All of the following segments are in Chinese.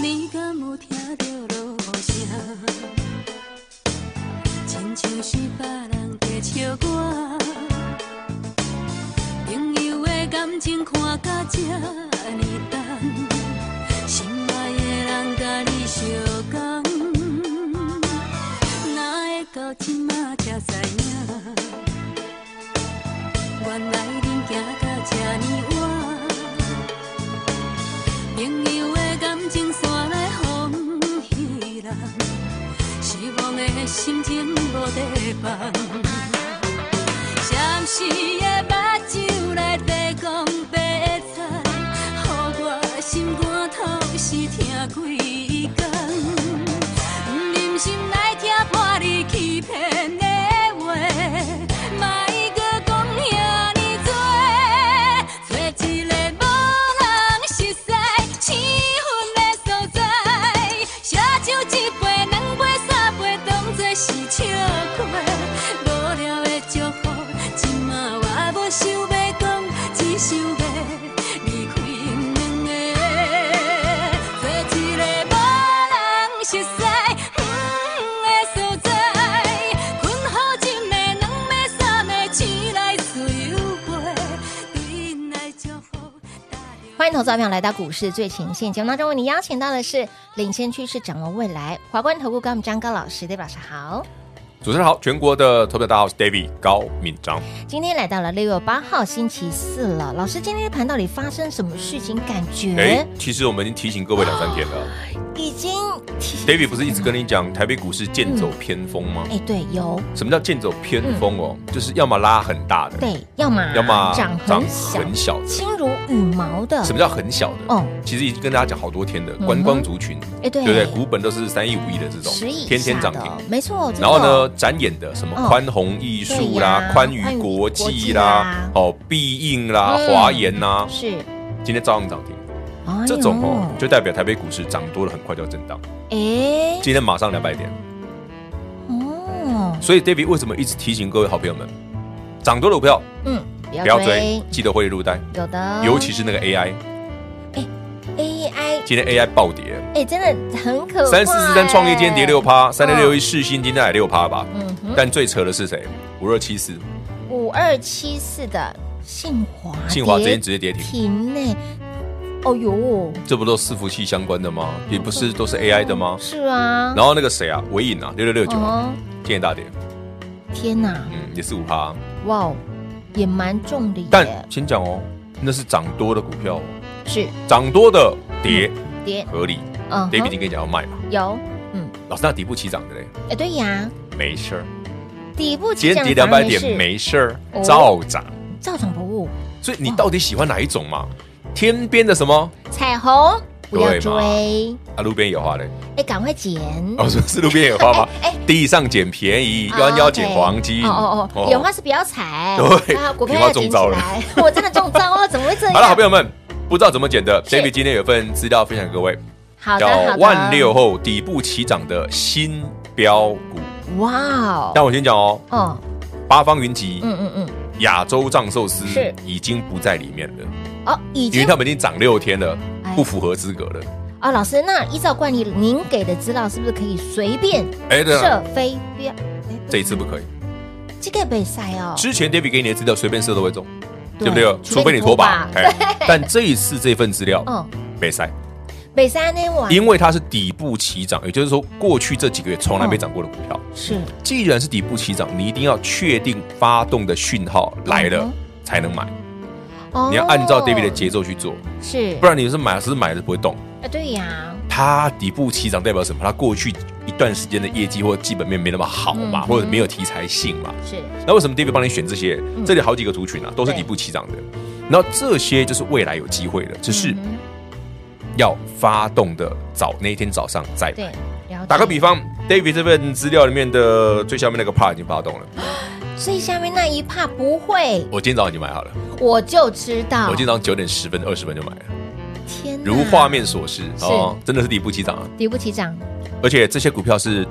你敢有听到落雨声？亲像是别人在笑我。朋友的感情看甲这呢重，心爱的人甲你相共，哪会到即马才知影？原来恁行到这呢晚。朋友的感情线来风戏人，失望的心情无地放。闪时的目睭来白讲白菜，予我心肝透是疼几工。忍心来听破你欺骗的话，莫搁讲遐尼多，找一个无人熟悉、生分的所在，写酒一杯、两杯、三杯，当作是笑话。无聊的祝福，即马我无想要讲，只想要离开阮两个。做一个无人熟悉的所在，困好一暝、两暝、三暝，醒来自由飞，对因来祝福。欢迎投资者朋友来到股市最前线节目当中，为你邀请到的是领先趋势、掌握未来华冠投顾高敏章高老师，大家晚上好。主持人好，全国的投票大家好，我是 David 高敏章。今天来到了六月八号星期四了，老师，今天的盘到底发生什么事情？感哎觉，其实我们已经提醒各位两三天嗯了。已经提 David 不是一直跟你讲台北股市剑走偏锋吗？哎，对，有什么叫剑走偏锋哦？就是要么拉很大的，嗯对，要么要么长长很小，很小的。轻如羽毛的什么叫很小的？哦嗯其实已经跟大家讲好多天的哼观光族群，哎对对不对？股本都是三亿五亿的这种十亿，以天天下涨的停。没错。真的然后呢，，展演的什么哦宽宏艺术对啦呀、宽宇宽宇国国际际啦啦、哦必应啦、嗯华研啦，是今天照样涨停。哎呦这种哦，就代表台北股市涨多了，很快就要震荡。哎今天马上两百点，哦，所以 David 为什么一直提醒各位好朋友们，涨多的股票嗯，不要追，，记得会入袋，有的，尤其是那个 AI， AI，今天 AI 暴跌，哎，真的很可怕。三四四三创业今天跌六，趴，三六六一世新今天也六趴吧。嗯啊哼，但最扯的是谁？五二七四，五二七四的信华跌停，信华今天直接跌停，停呢。哦呦，这不都是伺服器相关的吗？也不是都是嗯 AI 的吗？是啊，然后那个谁啊，伟影啊，六六六九啊，哦，今天大跌，天哪，嗯，也是五趴啊。哇哦，也蛮重的耶，但先讲哦，那是涨多的股票哦，是涨多的跌跌，合理。嗯哼 David 已经跟你讲要卖嘛，有，嗯，老师那底部起涨的嘞，哎，对呀，没事儿，底部今起天涨反跌两而百没点事，没事哦儿，照涨。照涨不误，所以你到底喜欢哪一种嘛？天边的什么？彩虹不要对嘛追，啊，路边野花嘞？哎，赶快减，哦，是是路边野花吗？ 哎哎地上捡便宜，弯腰捡黄金。哦哦哦，有花是不要采，对那股票平花要捡中起招了来， 我真的中招了，怎么会这样？好了，好朋友们，不知道怎么捡的是，David 今天有份资料分享给各位，好的，叫好的，万六，后底部起涨的新标股。哇哦，但我先讲哦，哦，八方云集、嗯嗯嗯，亚洲藏寿司是已经不在里面了，哦，已因为经他们已经涨六天了哎，不符合资格了。啊，老师，那依照惯例，您给的资料是不是可以随便哎，对射了，飞镖？这一次不可以。这个被塞哦，之前 David 给你的资料随便设都会中，对对不对？除非除非你拖把你。拖哎，但这一次这份资料嗯，没塞，被塞呢，我因为它是底部起涨，也就是说过去这几个月从来没涨过的股票。是既然是底部起涨，你一定要确定发动的讯号来嗯了哼才能买，哦你要按照 David 的节奏去做，是不，然你是买是买是不会动。啊，对呀，它底部起涨代表什么？它过去一段时间的业绩或基本面没那么好嗯嘛，或者没有题材性嘛。是那为什么 David 帮你选这些？嗯这里好几个族群啊，都是底部起涨的。然后这些就是未来有机会的，只嗯是要发动的早，那一天早上再对买。，了解打个比方，David 这份资料里面的最下面那个 part 已经发动了，最下面那一帕不会，我今天早上已经买好了，我就知道。我今天早上九点十分、二十分就买了，天哪，如画面所示是哦，真的是底部起涨啊！底不起涨，而且这些股票是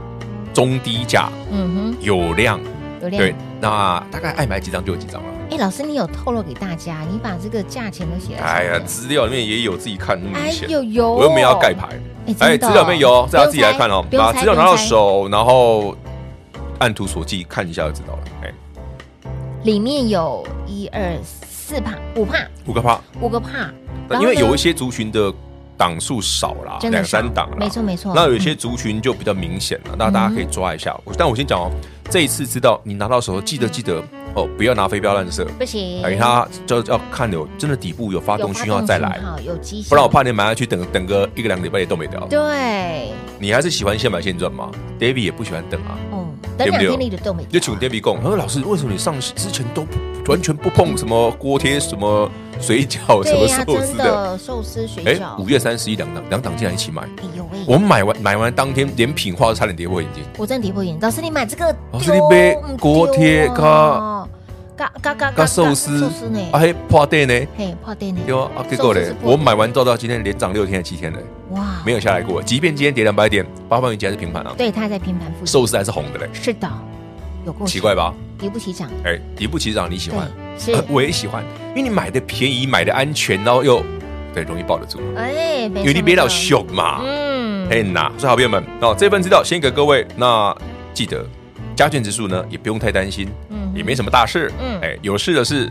中低价嗯有量，哼，有量。对，那大概爱买几张就有几张了。哎，老师，你有透露给大家，你把这个价钱都写在哎呀，上面资料里面也有，自己看那么哎明显。呦呦，我又没有要盖牌。哎，哎，真的资哦料里面有，大家自己来看哦。不用把猜资料拿到，不用手，然后按图索骥看一下就知道了。嗯哎，猜里面有一二四帕、五帕、五个趴，五个帕，因为有一些些族群的档数少啦，真的两少三档啦，没错没错嗯那有一些族群就比较明显了，那大家可以抓一下。我但我先讲哦，这一次知道你拿到手，记得记得哦，不要拿飞镖乱射，不行，哎，它就要看有真的底部有发有动发讯号再来讯。号有机，不然我怕你买下去等等个一个两个礼拜也动没掉。对，你还是喜欢现买现赚吗？David 也不喜欢等啊。哦，对等不两对天你就都没掉就请 David 供，他哎说老师，为什么你上市之前都不完全不碰什么锅贴、什么水 饺、什对么呀，寿真司的？的寿司水哎，饺，五月三十一两档两档竟然一起买，哎呦喂，我们买完买完当天连品化都差点跌破眼镜。我真的跌破眼镜。老师，你买这个老丢，师你买嗯锅贴丢啊嘎嘎嘎那寿司寿司呢？啊嘿，破蛋呢？嘿，泡店呢？对啊，啊结寿果司嘞是，破我买完照到今天连涨六天还七天嘞，哇，没有下来过。即便今天跌两百点，八方云集还是平盘啊，对，它还在平盘附近，寿司还是红的嘞，是的，有过奇怪吧？跌不起涨，哎，底部起涨你喜对欢，，呃是，我也喜欢，因为你买的便宜，买的安全，然后又对容易抱得住，哎，没因错为你别老，没错秀嘛。嗯，哎呐，所以好朋友们，那、这份资料先给各位，那记得加权指数呢也不用太担心，嗯也没什么大事，嗯哎，有事的是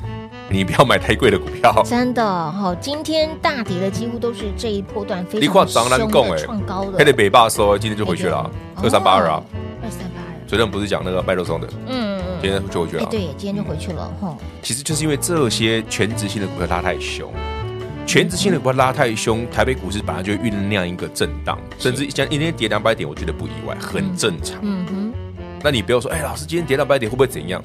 你不要买太贵的股票，真的哈，今天大跌的几乎都是这一波段非你看常长兰凶讲的哎创高的，黑的北霸收，今天就回去了啊，哎二三八二啊，，二三八二，昨天我们不是讲那个麦肉松的，嗯嗯嗯，今天就回去了哎，啊、对，今天就回去了哈，其实就是因为这些全职性的股票拉太凶。全职性的股票拉太凶，台北股市本来就会酝酿一个震荡，甚至像今天跌两百点，我觉得不意外，很正常。嗯哼，那你不要说，哎，老师今天跌两百点会不会怎样？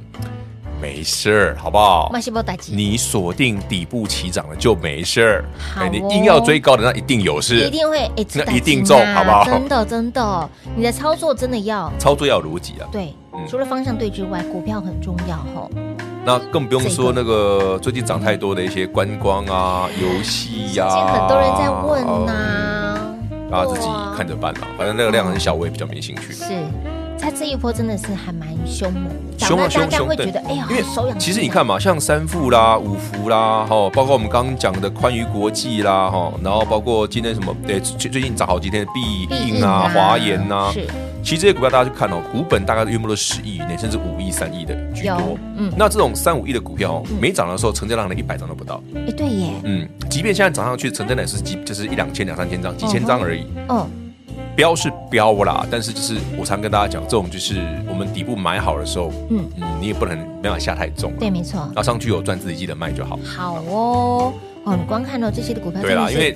没事儿，好不好？马西波打击，你锁定底部起涨了就没事儿，好哎哦你硬要追高的那一定有一事，定会哎，那打一击定中呐好不好真的真的，你的操作真的要操作要有逻辑啊。对嗯，除了方向对之外，股票很重要哈，那更不用说这那个最近涨太多的一些观光啊、游戏最呀，近很多人在问啊呐，嗯，大家自己对啊看着办啦。反正那个量很小，我也比较没兴趣。是，它这一波真的是还蛮凶猛的，凶啊长大大凶家凶会对觉得，哎呀，因为好手痒。其实你看嘛，像三富啦、五福啦，哈，包括我们刚刚讲的宽娱国际啦，哈，然后包括今天什么，对，最最近涨好几天的必必应啊、华研呐，是其实这些股票大家去看哦，股本大概约莫都十亿以内，甚至五亿、三亿的居有多。，嗯，那这种三五亿的股票哦，没涨的时候，成交量连一百张都不到。哎，对耶，嗯，即便现在涨上去，成交量也是几，就是一两千、两三千张、几千张而已。哦，标是标啦，但是就是我常跟大家讲，这种就是我们底部买好的时候，嗯嗯你也不能没办法下太重，啊对，没错，那上去有赚自己记得卖就好。好哦，哦，你光看到这些的股票，对真的啦，是因为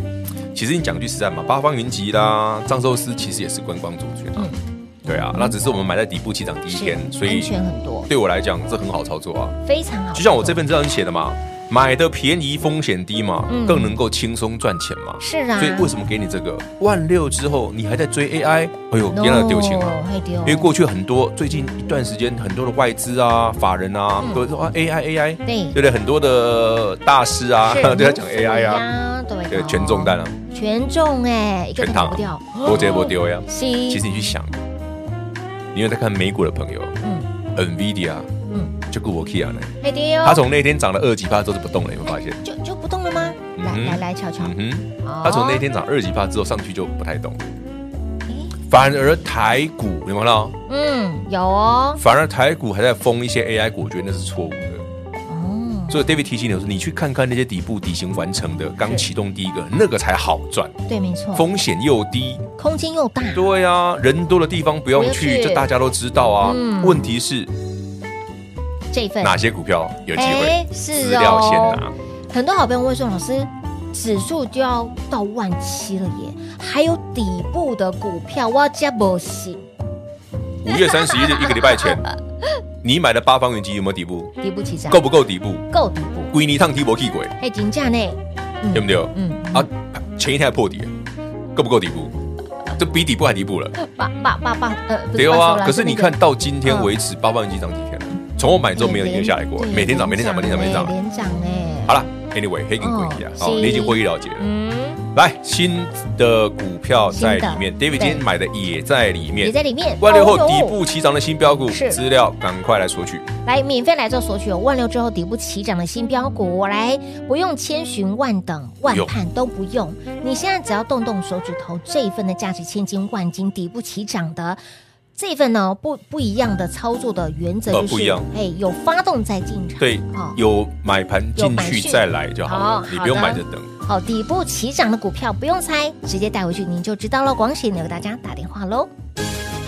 其实你讲句实在嘛，八方云集啦、藏寿司其实也是观光族群啊。对啊，那只是我们买在底部起涨第嗯一是天，所安以全很多，对我来讲这很好操作啊。非常好，就像我这份资料里写的嘛，买的便宜风险低嘛，更能够轻松赚钱嘛。嗯是啊，所以为什么给你这个万六之后，你还在追 AI？哎呦， No，别让它丢钱啊！会丢，因为过去很多最近一段时间，很多的外资啊、法人啊，嗯都说啊 AI AI，对对不对？很多的大师啊是 哦都在讲 AI 啊，，对对，全中弹，啊，全中哎，一个都全躺跑不掉，我直接我丢呀。是，其实你去想，你有在看美股的朋友，嗯哦嗯，NVIDIA，嗯嗯，就跟我 Kia 呢，会丢，它从那天涨了二级趴之后就不动了，有没有发现？就就不动了吗？嗯来哼来来，瞧瞧，嗯哼。哦它从那天涨二级趴之后上去就不太动诶，反而台股你有没有看到？嗯有哦，反而台股还在封一些 AI 股，我觉得那是错误的。哦，所以 David 提醒你我说，你去看看那些底部底型完成的，刚启动第一个，那个才好赚，对，没错，风险又低。空间又大，对啊，人多的地方不用不去，用去这大家都知道啊。嗯问题是这一份哪些股票有机会哎？是哦资 料先拿。很多好朋友会说，老师，指数就要到万七了耶，还有底部的股票，我加不行，五月三十一日一个礼拜前，你买的八方云集有没有底部？底部起涨够不够底部？够底部，龟泥烫底博气鬼，哎，金价呢？嗯对不对？嗯，啊，前一天还破底，够不够底部？这比底部还底部了。八八八八，呃，不对八十五啊，啦可是你那个嗯看到今天为止，八方云集涨几天了？从我买之后没有一天下来过，对每天涨，每天涨，每天涨，每天啊涨。连涨哎，好了，Anyway，黑跟滚一啊嗯，好，是你已经获益了解了。嗯，来，新的股票新在的里面对，David 今天买的也在里面也。在里面。万六后哦底哟部起涨的新标股是资料，赶快来索取。来免费来做索取哦，万六之后底部起涨的新标股，我来不用千寻万等万盼都不用，你现在只要动动手指头，这一份的价值千金万金底部起涨的。这一份呢不不一样的操作的原则呃就是，不一样哎，有发动再进场，对哦，有买盘有进买去讯再来就好好了，你不用哦好的买着等。好，底部起涨的股票不用猜，直接带回去您就知道了。广喜留给大家打电话喽。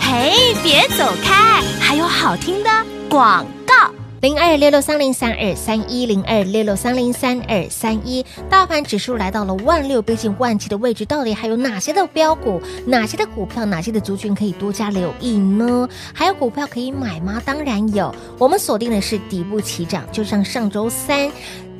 嘿，别走开，还有好听的广告。零二六六三零三二三一零二六六三零三二三一，大盘指数来到了万六，逼近万七的位置，到底还有哪些的标股、哪些的股票、哪些的族群可以多加留意呢？还有股票可以买吗？当然有，我们锁定的是底部起涨，就像上周三。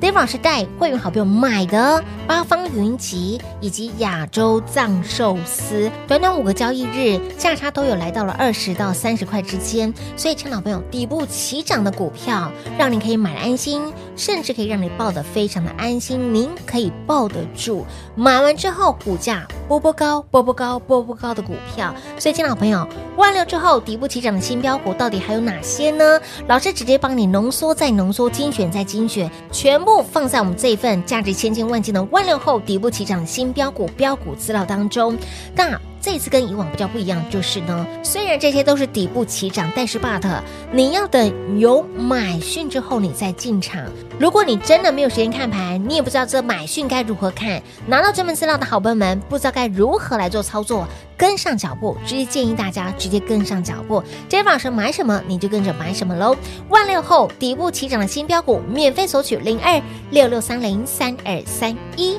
Dave 老师带会员好朋友买的八方云集以及亚洲藏寿司，短短五个交易日价差都有来到了二十到三十块之间，所以，亲老朋友，底部起涨的股票，让你可以买的安心，甚至可以让你抱得非常的安心，您可以抱得住。买完之后，股价波波高、波波高、波波高的股票，所以，亲老朋友，万六之后底部起涨的新标股到底还有哪些呢？老师直接帮你浓缩再浓缩，精选再精选，全部放在我们这一份价值千金万金的万六后底部起涨的新标股标股资料当中。那这次跟以往比较不一样，就是呢，虽然这些都是底部起涨，但是 but 你要等有买讯之后你再进场。如果你真的没有时间看盘，你也不知道这买讯该如何看，拿到这份资料的好朋友们不知道该如何来做操作，跟上脚步，直接建议大家直接跟上脚步。这晚上买什么你就跟着买什么喽。万六后底部起涨的新标股，免费索取零二六六三零三二三一。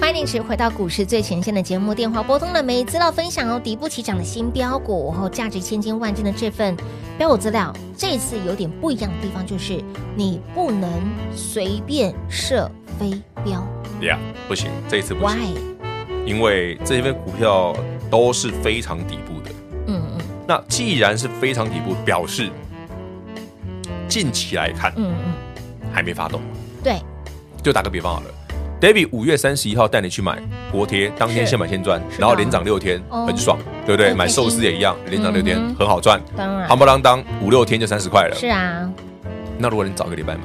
欢迎你持续回到股市最前线的节目，电话拨通了没？资料分享哦，底部起涨的新标股，然后价值千金万金的这份标股资料，这一次有点不一样的地方就是，你不能随便射飞镖。呀，不行，这一次不行， Why？因为这些股票都是非常底部的。嗯那既然是非常底部，表示近期来看嗯嗯嗯，还没发动。对，就打个比方好了，David 五月三十一号带你去买国贴，当天是现买现赚，然后连涨六天，哦很爽，对不对？很买开心寿司也一样，连涨六天嗯哼很好赚，当然夯不啷当五六天就三十块了。是啊。那如果你早个礼拜买，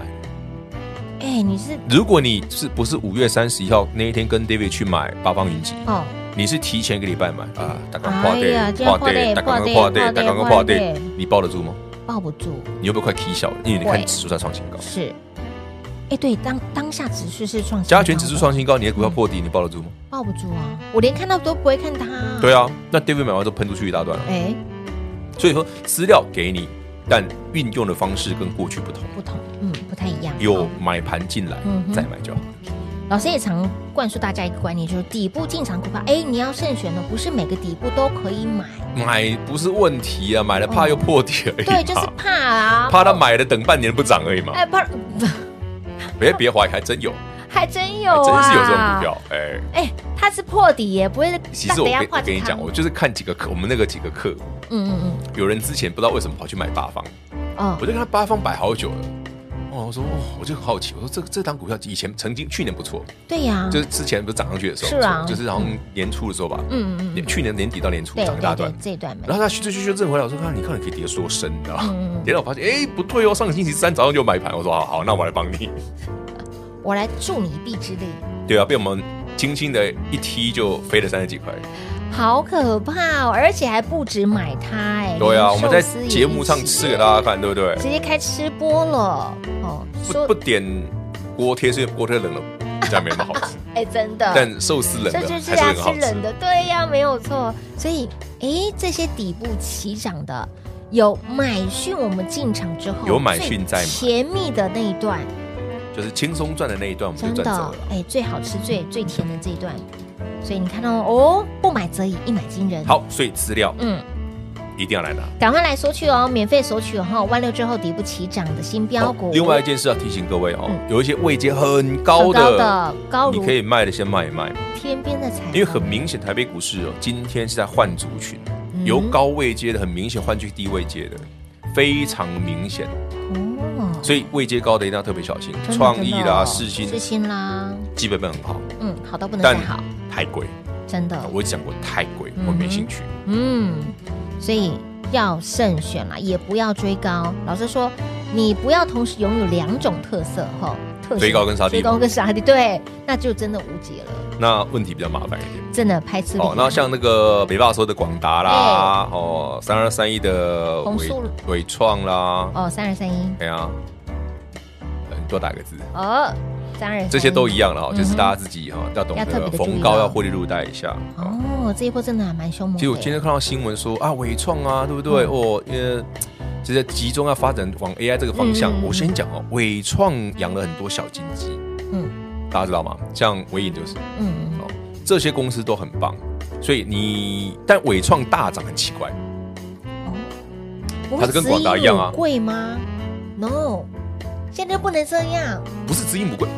哎，你是如果你是不是五月三十一号那一天跟 David 去买八方云集，哦，你是提前一个礼拜买啊，打刚哎呀这样破地打刚破地破破对，地打刚破破地对，你抱得住吗？抱不住，你会不会快 K 小了？因为你会看指数在创新高，是。哎，对，当当下指数是创新高加的权指数创新高，你的股票破底，你抱得住吗？抱不住啊，我连看到都不会看它。对啊，那 David 买完都喷出去一大段了。哎，所以说资料给你，但运用的方式跟过去不同，不同，嗯，不太一样。有买盘进来嗯哼再买就好。老师也常灌输大家一个观念，就是底部进场股票，哎，你要慎选的，不是每个底部都可以 买。买不是问题啊，买了怕又破底而已哦嘛。对，就是怕啊，怕他买了等半年不涨而已嘛。哎，怕，别别怀疑，还真有， 还真有还啊，真是有这种股。票。哎，哎，它是破底耶，不会。其实我大家跟怕我跟你它讲，我就是看几个课，我们那个几个课，嗯嗯有人之前不知道为什么跑去买八方，嗯，哦我，就看他八方摆好久了。哦，我说哦，我就很好奇，我说这这档股票以前曾经去年不错，对呀，就是之前不是涨上去的时候，是啊就是好像年初的时候吧，嗯嗯嗯，年去年年底到年初对涨对一大段对，，这一段没然。后他修修修修正回来，我说看你看你可以跌说深，你知道吗？嗯嗯嗯跌到我发现，哎，不对哦，上个星期三早上就买盘，我说好好，那我来帮你。我来助你一臂之力，对啊，被我们轻轻的一踢就飞了三十几块。哎好可怕哦！而且还不止买它哎，对啊，我连们在寿司也节目上一起吃给大家看，对不对？直接开吃播了哦，说不不点锅贴是因为锅贴冷了，这样没那么好 吃。哎，真的，但寿司冷这了就还是是要很好吃吃。冷的，对呀、没有错。所以，哎，这些底部起涨的有买讯，我们进场之后有买讯在吗最甜蜜的那一段，就是轻松赚的那一段，我们真就赚的走了。哎，最好吃、最最甜的这一段。所以你看到哦，不买则已，一买惊人。，好，所以资料嗯，一定要来拿。赶快来索取哦，免费索取哦哈、万六之后底部起涨的新标股。哦另外一件事要提醒各位哦嗯，有一些位阶很很高高的的，高你如可以卖的先卖一卖，天边的彩虹，因为很明显台北股市哦，今天是在换族群，嗯由高位阶的很明显换去低位阶的，非常明显。哦，所以位阶高的一定要特别小心，真的创意真的啦、哦世新世新啦，基本面很好，嗯，好到不能再但好，太贵。真的。啊我讲过太贵嗯，哼我没兴趣。嗯，所以要慎选啦，也不要追高。老师说，你不要同时拥有两种特色哈，特性追高跟杀低追高跟杀低，对，那就真的无解了，那问题比较麻烦一点。真的拍吃力。哦，那像那个北霸说的广达啦，哦，三二三一的红伟树伟创啦，哦，三二三一，哎呀，嗯，多打个字，哦，三二这些都一样了嗯哦，哼就是大家自己哈要懂要特别得地注意逢高了要获利入袋一下。哦哦，这一波真的还蛮凶猛的。其实我今天看到新闻说啊，伟创啊，对不对？嗯哦，因为其实集中要发展往 AI 这个方向嗯嗯嗯。我先讲哦，伟创养了很多小金鸡，嗯大家知道吗？像伟影就是，嗯，哦，这些公司都很棒。所以你，但伟创大涨很奇怪，不它会是跟广达一样啊指引贵吗？No，现在不能这样不是子以母贵，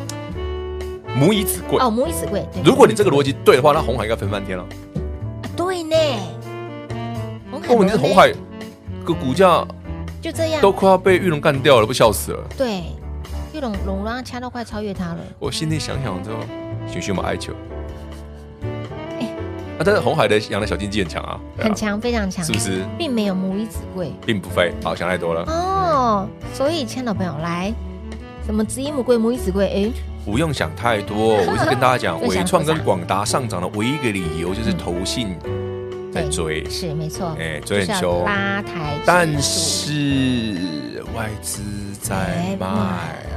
母以子贵。哦，母以子贵。对如果你这个逻辑对的话，那红海应该分翻天了。对呢，红海那问题是哦红海个股价就这样都快要被玉龙干掉了，不笑死了。对，玉龙龙让他掐到快超越他了。我心里想想之后，熊熊马爱球。啊，但是红海的养的小经济很强啊，对哎啊很，强，非常强，是不嗯是并没有母以子贵并不废。好，想太多了，哦。所以，亲爱的朋友，来，什么子以母贵，母以子贵？哎，不用想太多。我一直跟大 家讲，又想伟创多跟想广达上涨的唯一一个理由就是投信在对追，是没错，哎追就很是要凶拉抬指数，但是外资在哎卖。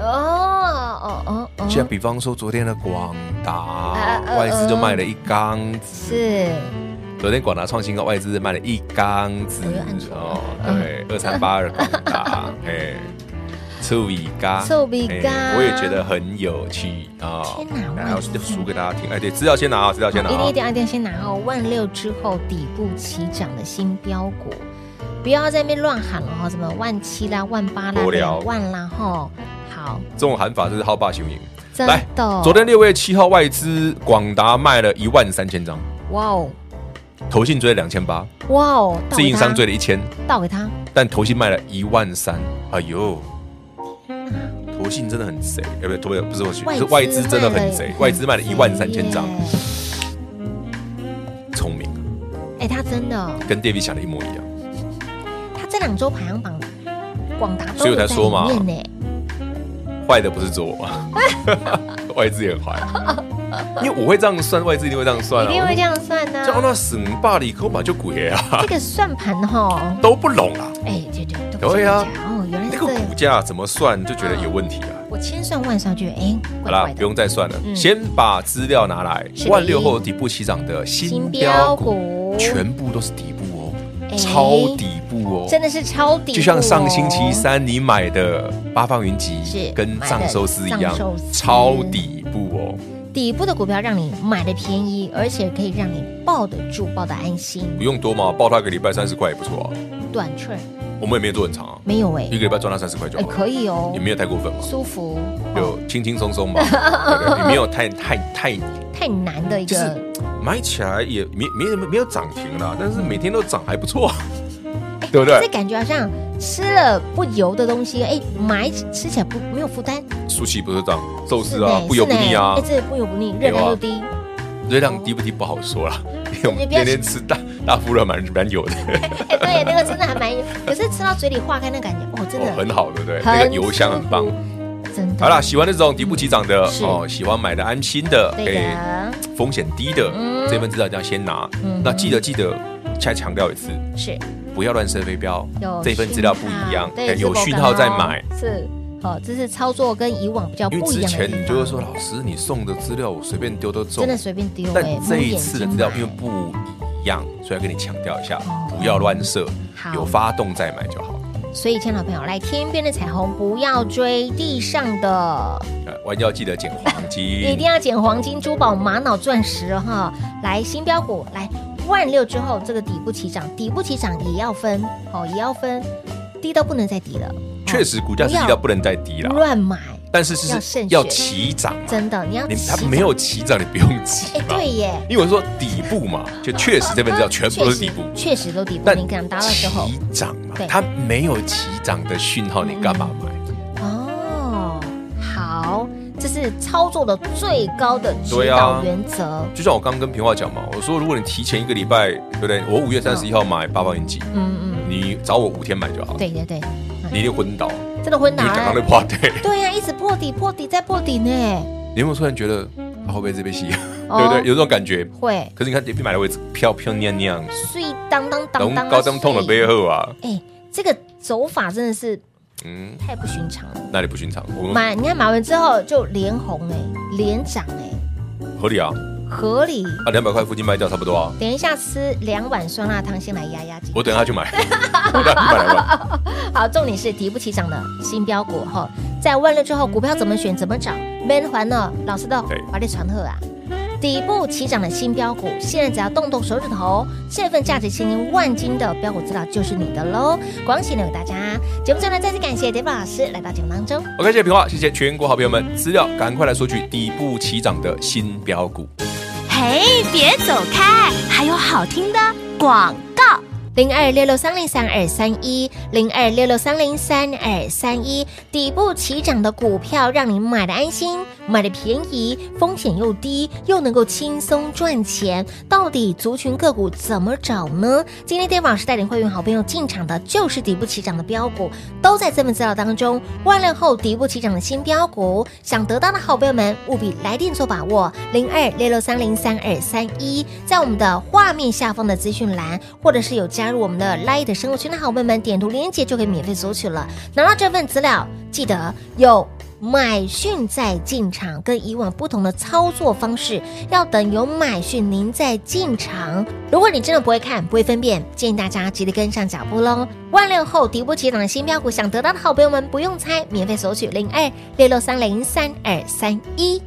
哦哦哦哦，像比方说昨天的广达呃，呃外资就卖了一缸子。是昨天广达创新高，外资卖了一缸子我又按错了哦，对，二三八二广达，哎，醋比嘎，醋比嘎哎我也觉得很有趣啊。天哪然外后资就数给大家听，哎，对，资料先拿啊，资料先拿哦一定啊一。定要一定要先拿哦，万六之后底部起涨的新标股，不要在那边乱喊了哈，什么万七啦、万八啦、无聊两万啦哈，好，这种喊法就是好霸雄赢。真来的，昨天六月七号，外资广达卖了一万三千张，哇哦投信追了两千八，哇哦，倒自给营商他追了一千，倒给他，但投信卖了一万三，哎呦，投信真的很贼，哎，不对，投不是我去，是外资真的很贼，外资卖了一万三千张，聪明，哎，他真的，跟 David 想的一模一样。他这两周排行榜广达都所以有我才在说嘛里面呢，坏的不是只有我， 外资也很坏，因为我会这样算，外资一定会这样算一定会这啊。样算呢。叫那省霸里扣把就鬼啊，这个算盘哈，都不懂啊。哎，对对，都不对是啊这样哦，原来那是个这股样。价怎么算就觉得有问题啊。我千算万算，觉得哎，好怪啦怪，不的。用再算了，嗯先把资料拿来是。的万六后底部起涨的新标股新标股，全部都是底部哎哦，超底部哦，真的是超底部哦，就像上星期三你买的八方云集是，跟藏寿司一买样的藏寿，司超底部哦，底部的股票让你买的便宜，而且可以让你抱得住、抱得安心，不用多嘛，报它个礼拜三十块也不错啊，短寸我们也没有做很长啊，没有哎一个，礼拜赚它三十块就哎好了，可以哦也，没有太过分嘛，舒服，就轻轻松松嘛，对不对也没有太太太太难的一就个是。买起来也没没什么没有涨停啦，但是每天都涨还不错啊，哎对不对这？感觉好像吃了不油的东西，哎，买吃起来不没有负担，舒淇不是这样，寿司呢啊，不油不腻啊是呢哎，，哎这不油不腻，热量又低， 热量低不低不好说啦，因为我你们不要天天吃大大腹热蛮蛮油的，哎，对，那个真的还蛮，可是吃到嘴里化开那感觉，哦，真哦，的很好，对不对？很那个油香很棒舒。真的，好啦，，喜欢这种底部起涨的是哦，喜欢买的安心的，哎对的，风险低的嗯这份资料一定要先拿嗯。那记得记得，再强调一次，是不要乱射飞镖有，啊这份资料不一样，对哎自有购讯号感再哦买。是。哦，这是操作跟以往比较因为哦不一之样的前地你方就会说，老师你送的资料我随便丢都中，真的随便丢但哎，这蒙一眼次的睛资料买因为不一样，所以要跟你强调一下，哦不要乱射好，有发动再买就好。所以，亲爱的朋友，来天边的彩虹，不要追地上的，呃，我要记得捡黄 金，一定要捡黄金、珠宝、玛瑙、钻石哦哈。来新标股，来万六之后，这个底部起涨，底部起涨也要分，哦，也要分，低到不能再低了，哦确实股价是低到不能再低了，乱买，但是要是慎选要起涨嘛，真的，你要你起它涨没有起涨，你不用急哎，嘛。对耶，因为我说底部嘛，就确实这边 知道全部都是底部，确实确实都底部，但你敢达到之后起，涨嘛对，嗯它没有起涨的讯号，你干嘛买？哦，好，这是操作的最高的指对导啊原则，就像我刚刚跟平话讲嘛，我说如果你提前一个礼拜，对不对？我五月三十一号买八万元几，嗯嗯，你找我五天买就好，对对对，你一定昏倒，真的昏因倒为刚了刚那。话对，对啊呀、一直破底、破底再破底呢。 你有没有突然觉得它会不会这被吸？哦 对不对？有这种感觉。会可是你看，别买的位置漂漂亮亮，碎当当当龙当，高登痛了背。后啊，哎，这个走法真的是嗯，太不寻常了。那里不寻常，我们买，你看买完之后就连红哎，连涨哎，合理啊，合理。啊，两百块附近卖掉差不多啊，等一下吃两碗酸辣汤，先来压压惊。我等下去 买，我等下去买两万。好，重点是提不起涨的新标股哈，在万六之后，股票怎么选、怎么涨，没人还呢。老师的对华丽传贺啊，底部起涨的新标股，现在只要动动手指头，这份价值千金万金的标股资料就是你的喽。恭喜呢给大家！节目最后呢，再次感谢 David 老师来到节目当中。 OK，谢谢平话，谢谢全国好朋友们，资料赶快来索取底部起涨的新标股。嘿，别走开，还有好听的广告。零二六六三零三二三一，零二六六三零三二三一，底部起涨的股票，让你买的安心，买的便宜，风险又低，又能够轻松赚钱。到底族群个股怎么找呢？今天 d a 老师带领会员好朋友进场的就是底部起涨的标股，都在这份资料当中。万量后底部起涨的新标股，想得到的好朋友们务必来电做把握，零二六六三零三二三一，在我们的画面下方的资讯栏，或者是有加入我们的 Light 生活圈的好朋友们，点图连接就可以免费索取了。拿到这份资料，记得有。买讯再进场，跟以往不同的操作方式，要等有买讯您再进场。如果你真的不会看、不会分辨，建议大家急得跟上脚步喽。万六后底部起涨的新标股，想得到的好朋友们不用猜，免费索取零二六六三零三二三一。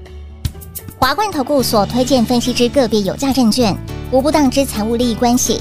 华冠投顾所推荐分析之个别有价证券，无不当之财务利益关系。